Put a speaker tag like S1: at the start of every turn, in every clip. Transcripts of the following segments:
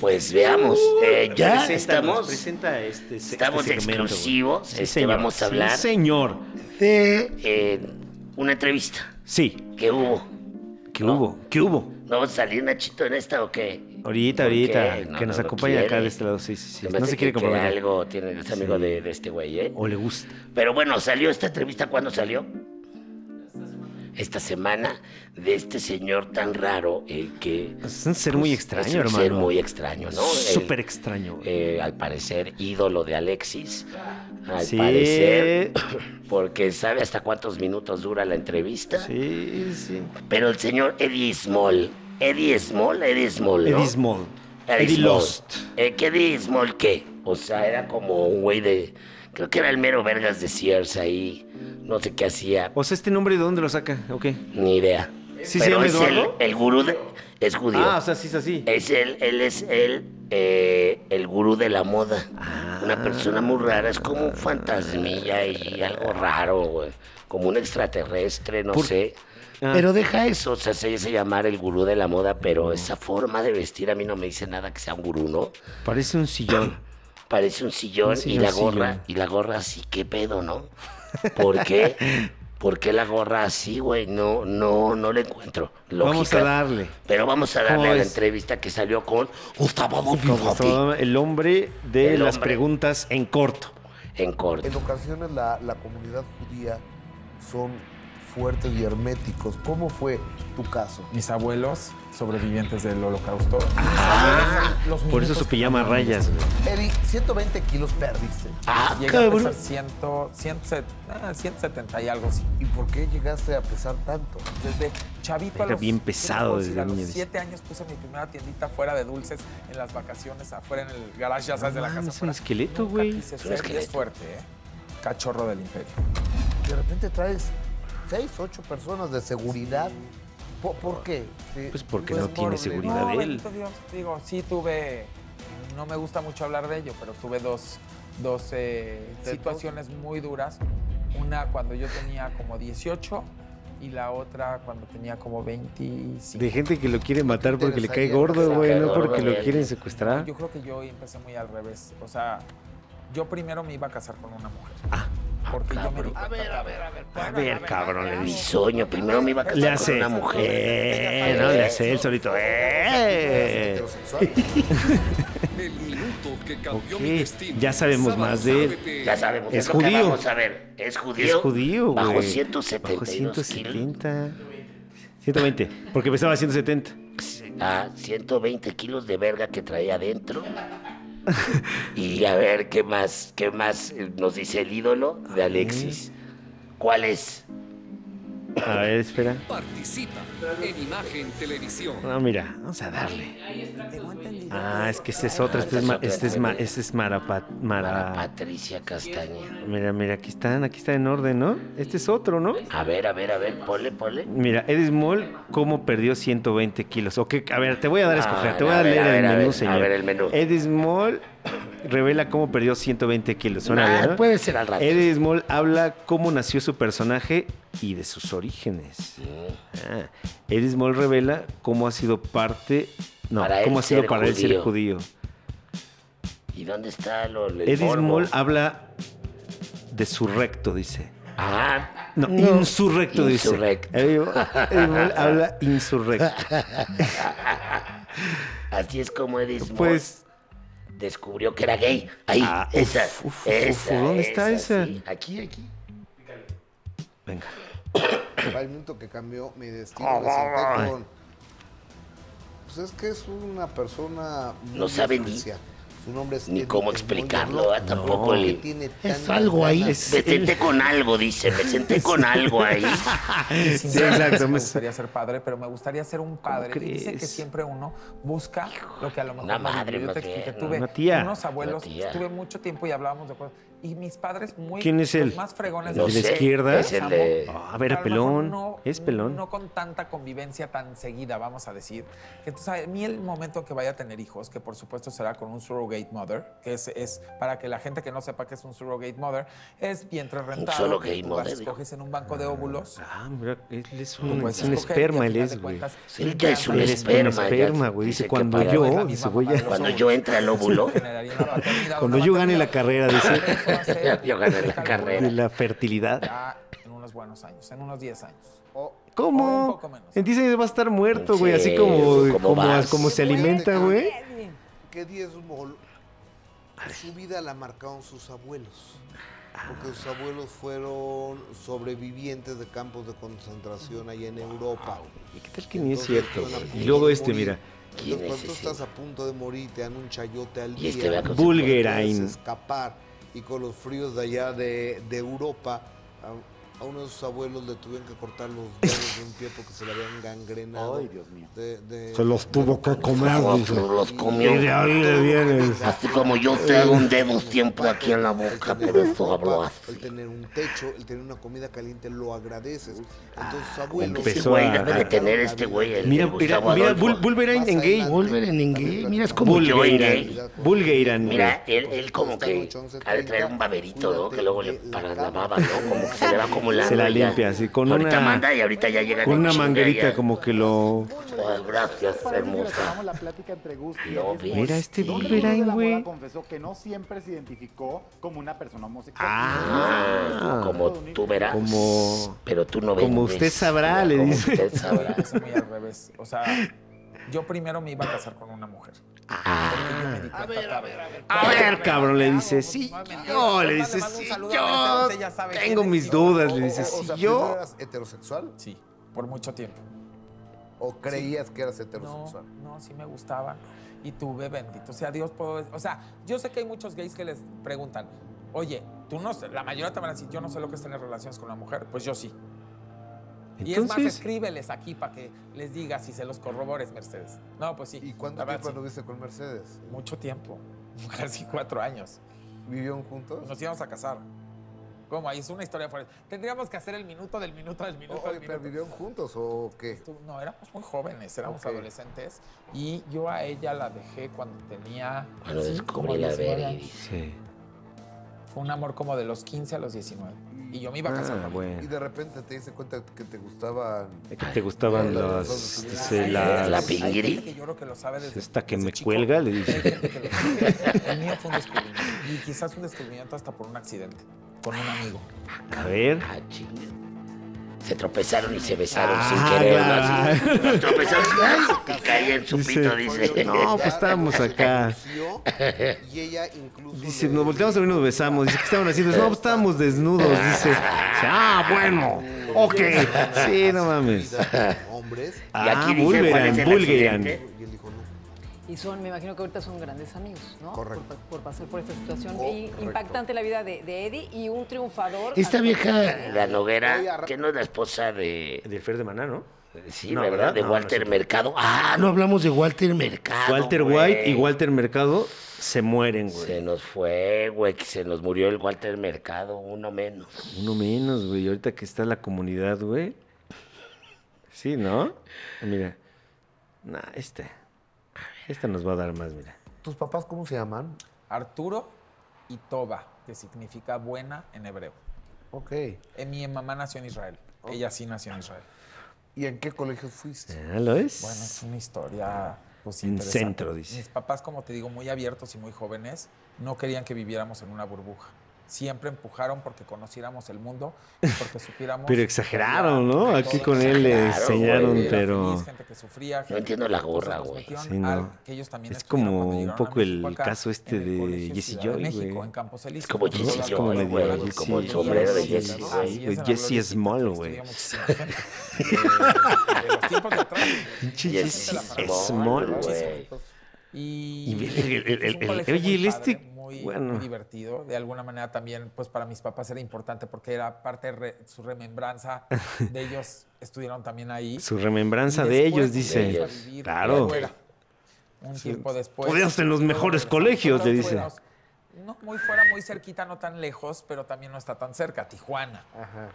S1: Pues veamos,
S2: Uh,
S1: eh, ya
S2: Preséntanos,
S1: estamos,
S2: Presenta este, se-
S1: estamos
S2: este segmento, güey.
S1: exclusivos,
S2: Sí,
S1: este,
S2: señor.
S1: vamos a
S2: Sí,
S1: hablar
S2: señor.
S1: de eh, una entrevista
S2: Sí.
S1: que hubo.
S2: ¿Qué
S1: No.
S2: hubo? ¿Qué hubo?
S1: ¿No vamos a salir Nachito en esta o qué?
S2: Ahorita,
S1: ¿Por
S2: ahorita.
S1: qué? No,
S2: que nos
S1: no lo
S2: acompañe acá
S1: quiere.
S2: de este lado. Sí, sí, sí.
S1: Se me
S2: No
S1: hace
S2: se quiere
S1: que- que
S2: comprometer.
S1: algo tiene es amigo
S2: Sí.
S1: de, de este güey, ¿eh?
S2: O le gusta.
S1: Pero bueno, salió esta entrevista. ¿Cuándo salió? Esta semana de este señor tan raro eh, que
S2: Es un ser muy
S1: pues,
S2: extraño,
S1: es un
S2: hermano.
S1: ser muy extraño, ¿no? El-
S2: Súper extraño. güey.
S1: eh, al parecer ídolo de Alexis. Al
S2: Sí.
S1: parecer, porque sabe hasta cuántos minutos dura la entrevista.
S2: Sí, sí.
S1: Pero el señor Eddie Small, Eddie Small, Eddie Small, ¿no?
S2: Eddie Small.
S1: Eddie
S2: Eddie
S1: Small.
S2: Lost.
S1: Eh, ¿Qué Eddie Small qué? O sea, era como un güey de. Creo que era el mero Vergas de Sears ahí. No sé qué hacía,
S2: O sea, ¿este nombre de dónde lo saca? ¿O qué?
S1: ni idea.
S2: ¿Sí se
S1: Pero
S2: llama
S1: es el,
S2: Eduardo?
S1: el gurú de. Es judío.
S2: Ah, o sea, sí es así.
S1: Es él, él es el, eh, el gurú de la moda.
S2: Ah.
S1: Una persona muy rara, es como un fantasmilla y algo raro, güey. Como un extraterrestre, no sé.
S2: Ah.
S1: Pero deja eso, o sea, se dice llamar el gurú de la moda, pero esa forma de vestir a mí no me dice nada que sea un gurú, ¿no?
S2: Parece un sillón.
S1: Parece un sillón,
S2: Un
S1: y la
S2: silloncillo.
S1: gorra, y la gorra así, qué pedo, ¿no? ¿Por qué? ¿Por qué la gorra así, güey? No, no, no le encuentro. Lógica.
S2: Vamos a darle.
S1: Pero vamos a darle
S2: ¿Cómo
S1: a la
S2: es?
S1: entrevista que salió con Gustavo
S2: Con
S1: Dudikoff
S2: todo El hombre de
S1: El
S2: las
S1: hombre.
S2: preguntas en corto.
S1: en corto.
S3: En ocasiones la, la comunidad judía son fuertes y herméticos. ¿Cómo fue tu caso?
S4: Mis abuelos, sobrevivientes del holocausto.
S2: Ah,
S3: Los
S2: Por eso
S3: minutos-
S2: su pijama a rayas. güey.
S3: Eddie, 120 kilos perdiste.
S1: Ah,
S4: Llegué a pesar 100, 100, ah, 170 y algo. sí.
S3: ¿Y por qué llegaste a pesar tanto?
S4: Desde chavito a
S2: Era
S4: los,
S2: bien
S4: ¿qué te
S2: pesado
S4: puedo
S2: desde
S4: decir? a los
S2: niño, dice.
S4: siete años puse mi primera tiendita fuera de dulces en las vacaciones, afuera en el garage, ya sabes, de la
S2: mames,
S4: casa.
S2: un
S4: afuera.
S2: esqueleto,
S4: Nunca
S2: güey.
S4: quise
S1: Es un
S4: ser, y Es
S1: esqueleto.
S4: fuerte, ¿eh? Cachorro del imperio.
S3: De repente traes 6, 8 personas de seguridad. ¿Por, por qué? Sí,
S2: Pues porque
S3: pues
S2: no tiene
S3: por-
S2: seguridad
S4: no,
S2: él.
S4: bendito Dios, digo, sí tuve, no me gusta mucho hablar de ello, pero tuve dos, dos eh,
S3: ¿De
S4: situaciones muy duras. Una cuando yo tenía como 18 y la otra cuando tenía como 25.
S2: De gente que lo quiere matar porque le cae
S3: Interesante.
S2: gordo, güey, no
S1: Gordo,
S2: porque lo
S1: güey.
S2: quieren secuestrar.
S4: Yo creo que yo empecé muy al revés. O sea, yo primero me iba a casar con una mujer. Porque yo me di cuenta-
S2: A ver, cabrón, le dice.
S1: bisoño, primero me iba a casar
S2: Le hace.
S1: con una mujer.
S2: eh, no, le hace él solito. Eh.
S3: Heterosexual.
S5: El minuto que cambió
S2: Ok,
S5: mi destino.
S2: ya sabemos más de él.
S1: Ya sabemos,
S2: eh, Es
S1: es, lo que
S2: judío.
S1: vamos a ver. Es judío.
S2: Es judío, güey.
S1: Bajo 172
S2: Bajo
S1: kilos.
S2: 170. 120, porque pesaba 170.
S1: Ah, 120 kilos de verga que traía adentro. y a ver, ¿qué más, ¿qué más eh, nos dice el ídolo de Alexis? ¿Cuál es?
S2: A ver, espera.
S5: Participa en Imagen Televisión.
S2: No, mira, vamos a darle. Ah, es que este es otro, este es, ma- este es, ma- este es Marapat.
S1: Para
S2: Mara,
S1: Patricia Castaña.
S2: mira, mira, aquí están, aquí están en orden, ¿no? Este es otro, ¿no?
S1: A ver, a ver, a ver, ponle, ponle.
S2: Mira, Eddie Small, ¿cómo perdió 120 kilos? Ok, a ver, te voy a dar a escoger,
S1: Ah,
S2: te voy a,
S1: a ver,
S2: leer
S1: a ver,
S2: el
S1: a
S2: menú,
S1: ver, a
S2: señor.
S1: ver el menú.
S2: Eddie Small revela cómo perdió 120 kilos. Suena
S1: Ah,
S2: bien, ¿eh? ¿no?
S1: Puede ser al rato.
S2: Eddie Small habla cómo nació su personaje y de sus orígenes. Ah, Eddie Small revela cómo ha sido parte. No,
S1: Para él
S2: cómo ha sido
S1: ser
S2: para él ser
S1: judío.
S2: judío.
S1: ¿Y dónde está lo el
S2: Eddie
S1: morbo?
S2: Small habla de su recto, dice.
S1: Ah,
S2: No, insurrecto, dice.
S1: Insurrecto.
S2: Eddie Eddie Small habla insurrecto.
S1: así es como Eddie Small
S2: Pues
S1: descubrió que era gay. Ahí,
S2: Ah, uf,
S1: esa,
S2: uf, uf,
S1: esa,
S2: uf, ¿dónde está esa?
S1: sí. Aquí, aquí.
S2: Venga.
S3: Para el minuto que cambió mi
S1: Ah,
S3: destino, me senté con. Pues es que es una persona. muy
S1: No sabe ni-
S3: especial. Su nombre es
S1: ni
S3: Eddie
S1: cómo
S3: Timoya
S1: explicarlo,
S3: Locke.
S1: ¿verdad? Tampoco
S3: ¿Por qué
S1: le-
S3: tiene tantas
S2: Es algo ahí.
S3: ganas?
S2: Es
S1: Me senté
S2: el-
S1: con algo, dice. Me senté con algo ahí.
S4: Sí,
S2: Sí, exacto. pues.
S4: Me gustaría ser padre, pero me gustaría ser un padre. Y Dice que
S2: crees?
S4: siempre uno busca lo que a lo mejor
S1: una
S4: no vivió.
S1: madre,
S4: Yo
S1: más
S4: te expliqué,
S1: bien, ¿no?
S4: tuve
S2: Una tía.
S4: unos abuelos,
S1: Una tía.
S4: tuve mucho tiempo y hablábamos de cosas. Y mis padres muy
S2: ¿Quién es
S4: los
S2: él?
S4: más fregones
S2: No
S4: de
S2: sé.
S4: la
S2: izquierda?
S1: Es el de...
S2: Ah, a ver,
S4: pero
S2: a
S4: lo mejor
S2: pelón. es pelón.
S4: No con tanta convivencia tan seguida, vamos a decir. Entonces, a mí el momento que vaya a tener hijos, que por supuesto será con un surrogate surrogate mother, que es, es para que la gente que no sepa que es un surrogate mother, es vientre rentado.
S1: solo
S4: que
S1: gay
S4: tú las
S1: mother,
S4: escoges en un banco de óvulos.
S2: Ah, mira, él es
S4: Tú
S2: un,
S4: puedes
S2: es un
S4: escoger y al
S2: esperma, él
S4: final de
S2: es, güey.
S4: cuentas,
S1: Sí, ya es un
S2: Él
S4: Él
S2: es
S1: esperma. ya
S2: esperma, güey.
S1: dice
S2: Dice,
S1: que
S2: cuando
S1: para-
S4: Es la
S2: yo,
S4: misma
S2: dice, voy
S4: mamá
S2: a...
S4: de los
S1: Cuando
S4: óvulos.
S1: yo entre al óvulo.
S4: Generaría una paternidad,
S2: Cuando
S4: una
S2: yo gane la
S4: maternidad.
S2: carrera, dice,
S4: Eso va a ser
S1: Yo gané la carrera.
S2: de la fertilidad.
S4: Ya en unos buenos años, en unos 10 años.
S3: O-
S2: ¿Cómo?
S4: Un poco menos.
S2: En 10 años va a estar muerto,
S1: Sí,
S2: güey. así como,
S1: ¿cómo
S2: como,
S1: vas?
S2: como se
S3: Güey,
S2: alimenta,
S3: te
S2: güey.
S3: que diezmol su vida la marcaron sus abuelos. Porque sus abuelos fueron sobrevivientes de campos de concentración ahí en Europa.
S2: ¿Y qué tal que ni es
S3: Entonces,
S2: cierto,
S3: estaban a
S2: güey?
S3: punto
S2: Y luego
S3: de
S2: este,
S3: morir.
S2: mira.
S1: ¿Quién
S3: Entonces,
S1: es
S3: cuando tú
S1: ese?
S3: estás a punto de morir, te dan un chayote al
S1: Y
S3: día.
S1: este vea cómo se
S2: Bulgerain.
S3: puedes escapar. Y con los fríos de allá de, de Europa, a, a uno de sus abuelos le tuvieron que cortar los dedos de un pie porque se le habían gangrenado.
S6: Ay, Dios mío.
S3: de- de-
S7: Se los tuvo que comer,
S1: Como
S7: dice.
S1: los comió.
S7: Y de ahí le viene.
S1: Así como yo traigo un dedo siempre aquí en la boca, por eso hablo
S3: El
S1: así.
S3: tener un techo, el tener una comida caliente, lo agradeces. Entonces, sus abuelos.
S1: ah, Ese
S2: Empezó
S1: güey
S2: a-
S1: debe de tener este güey, el
S2: Mira,
S1: el
S2: mira,
S1: Gustavo
S2: mira,
S1: Adolfo.
S2: Bul- Bulgarian
S3: Más
S2: en gay.
S3: adelante,
S1: Bulgarian en gay,
S3: también
S1: mira, es como
S3: platicamos.
S1: yo en
S2: Bulgarian.
S1: gay.
S2: Bulgarian, güey.
S1: Mira, él, él como que ha de traer un baberito, ¿no? Que luego le para la baba, ¿no? Como que se le va acumulando.
S2: Se la
S1: ya.
S2: limpia así, con
S1: ahorita
S2: una-
S1: manda y ahorita ya llega.
S2: Con
S1: de
S2: una
S1: chinga
S2: manguerita
S1: ya.
S2: como que lo...
S1: Ay, gracias,
S6: Para ello
S1: hermosa.
S6: relacionamos la plática entre Gusti y
S1: No,
S6: Edith
S1: ves.
S6: Mol.
S2: Mira, este
S6: Don
S2: Wolverine,
S6: Ramón de la Mora
S2: güey.
S6: confesó que no siempre se identificó como una persona homosexual.
S1: Ah, como tú verás.
S2: Como-
S1: Pero tú no ves. pues.
S2: como usted sabrá, le
S1: Como
S2: dice.
S1: Usted sabrá.
S4: Es muy al revés. O sea, yo primero me iba a casar con una mujer. Porque yo me di cuenta tarde.
S2: Ah.
S4: pues,
S2: A ver, cabrón, le dice, sí, yo, le dice,
S4: mando un
S2: sí,
S4: saludo a Vanessa,
S2: yo
S4: usted ya sabe
S2: tengo
S4: quién es,
S2: mis
S4: sí,
S2: dudas,
S3: O-
S2: le dice,
S3: o- o
S2: sí,
S3: sea, ¿primero
S2: yo...
S3: eras heterosexual
S4: Sí, por mucho tiempo.
S3: o creías que eras
S4: No,
S3: heterosexual?
S4: no, sí me gustaban. Y tuve, bendito sea Dios, puedo decir- O sea, yo sé que hay muchos gays que les preguntan, oye, tú no sé, la mayoría te van a decir, yo no sé lo que es tener relaciones con una mujer. Pues yo sí. y es más,
S2: Entonces,
S4: escríbeles aquí para que les digas si se los corrobores, Mercedes. No, pues sí.
S3: ¿Y cuánto
S4: la verdad,
S3: tiempo
S4: sí.
S3: anduviste con Mercedes?
S4: Mucho tiempo, casi cuatro años.
S3: ¿Vivieron juntos?
S4: Nos íbamos a casar. ¿Cómo? Ahí es una historia fuerte. Tendríamos que hacer el minuto del minuto del minuto
S3: Oye,
S4: del
S3: pero
S4: minuto.
S3: vivieron juntos o qué?
S4: Estu- No, éramos muy jóvenes, éramos
S3: Ok.
S4: adolescentes. Y yo a ella la dejé cuando tenía.
S1: Cuando
S4: sí, como
S1: descubrí la
S4: 19
S1: verga.
S4: años.
S2: sí.
S4: Fue un amor como de los 15 a los 19. Y yo me iba a casar.
S2: Ah,
S4: con ella.
S3: Y
S2: bueno.
S3: de repente te diste cuenta que te gustaban.
S2: Es que ¿Te gustaban los... dice,
S4: Hay
S2: las-
S4: gente-
S1: la
S4: hay gente
S1: pingiri.
S4: que yo creo que lo sabe desde-
S2: Esta que
S4: desde
S2: me
S4: chico.
S2: cuelga, le dice.
S4: Hay gente que lo sabe. El mío fue un descubrimiento. Y quizás un descubrimiento hasta por un accidente. Con un amigo.
S2: A ver...
S1: Ah, chinga. Se tropezaron y se besaron
S2: Ah,
S1: sin querer. ¿no? Así.
S2: claro.
S1: Nos tropezaron y ¡ay! caí en su
S2: Dice,
S1: pito, dice.
S2: No, pues estábamos acá.
S3: Conoció, Y ella incluso.
S2: Dice,
S3: le-
S2: nos volteamos a ver y nos besamos. Dice, ¿qué estaban haciendo? No, pues estábamos desnudos. Dice, ah, bueno, ok. Sí, no mames.
S3: Hombres.
S1: Y aquí
S2: Ah,
S1: dice cuál es
S2: Bulgeran,
S1: el
S2: Bulgeran.
S1: accidente.
S3: Y él dijo, no.
S8: Y son, me imagino que ahorita son grandes amigos, ¿no?
S3: Correcto.
S8: Por, por pasar por esta situación. y
S3: Correcto.
S8: impactante la vida de, de Eddie y un triunfador.
S1: Esta
S8: al-
S1: vieja, la
S3: Oye,
S1: noguera,
S3: Ar-
S1: que no es la esposa de.
S2: Del Fer de Maná, ¿no?
S1: Sí,
S2: No,
S1: ¿verdad?
S2: ¿verdad?
S1: De
S2: No,
S1: Walter
S2: no sé.
S1: Mercado. Ah, no hablamos de Walter
S4: Ah,
S1: Mercado.
S2: Walter
S1: güey.
S2: White y Walter Mercado se mueren,
S1: Se
S2: güey.
S1: nos fue, güey, que se nos murió el Walter Mercado, uno menos.
S2: Uno menos, güey. Ahorita que está la comunidad, güey. Sí, ¿no? Mira. Nah, esta. Esta nos va a dar más, mira.
S3: ¿Tus papás cómo se llaman?
S4: Arturo y Toba, que significa buena en hebreo.
S3: Ok.
S4: Eh, Mi mamá nació en Israel. Ella sí nació en Israel.
S3: ¿Y en qué colegio fuiste?
S2: Ah, ¿Lo es?
S4: Bueno, es una historia. Pues,
S2: En
S4: interesante.
S2: centro, dice.
S4: Mis papás, como te digo, muy abiertos y muy jóvenes, no querían que viviéramos en una burbuja. Siempre empujaron porque conociéramos el mundo y porque supiéramos.
S2: Pero exageraron, ¿no?
S4: de
S2: Aquí
S4: todo.
S2: con él le
S1: Exageraron, güey.
S2: enseñaron,
S4: Gente que era
S2: pero...
S4: feliz, gente que sufría, gente-
S1: entiendo la
S4: entonces
S1: gorra,
S4: nos
S1: güey.
S4: metieron
S2: Sí, no.
S4: al- que ellos también
S2: Es
S4: estuvieron
S2: como
S4: cuando
S2: un
S4: llegaron a
S2: poco el
S4: México acá,
S2: caso este
S4: en el
S2: de
S4: colegio
S2: Jesse
S4: Ciudad de
S2: Joy,
S4: México,
S2: güey.
S4: en Campos Elíseos.
S1: Es como Jesse
S4: Entonces,
S1: Joy,
S4: hablando
S1: güey,
S4: de algo
S1: como el
S4: que
S1: sombrero de
S4: ya
S1: Jesse
S4: sabes,
S1: Joy.
S4: así es
S2: Güey,
S4: en la
S2: Jesse
S4: gloria,
S2: Small,
S4: que
S2: güey.
S4: estudió muchísima gente. Eh, de los tiempos de atrás.
S2: Pinche
S1: Y es
S2: Jesse
S1: small,
S2: Small,
S1: güey.
S4: Y,
S2: Y el- el- el-
S4: es un
S2: el-
S4: colegio
S2: oye,
S4: muy
S2: el este,
S4: padre, muy,
S2: bueno.
S4: muy divertido. De alguna manera también, pues para mis papás era importante porque era parte de re- su remembranza de ellos. Estuvieron también ahí.
S2: Su remembranza
S4: Y
S2: de
S4: después
S2: ellos,
S4: nos
S2: dice.
S4: fuimos a vivir
S2: Claro.
S4: fuera. Un tiempo después.
S2: Estudiaste en los
S4: luego
S2: mejores
S4: regresamos
S2: colegios,
S4: otra
S2: le
S4: vez
S2: dice.
S4: fuera. No, muy fuera, muy cerquita, no tan lejos, pero también no está tan cerca. Tijuana.
S3: Ajá.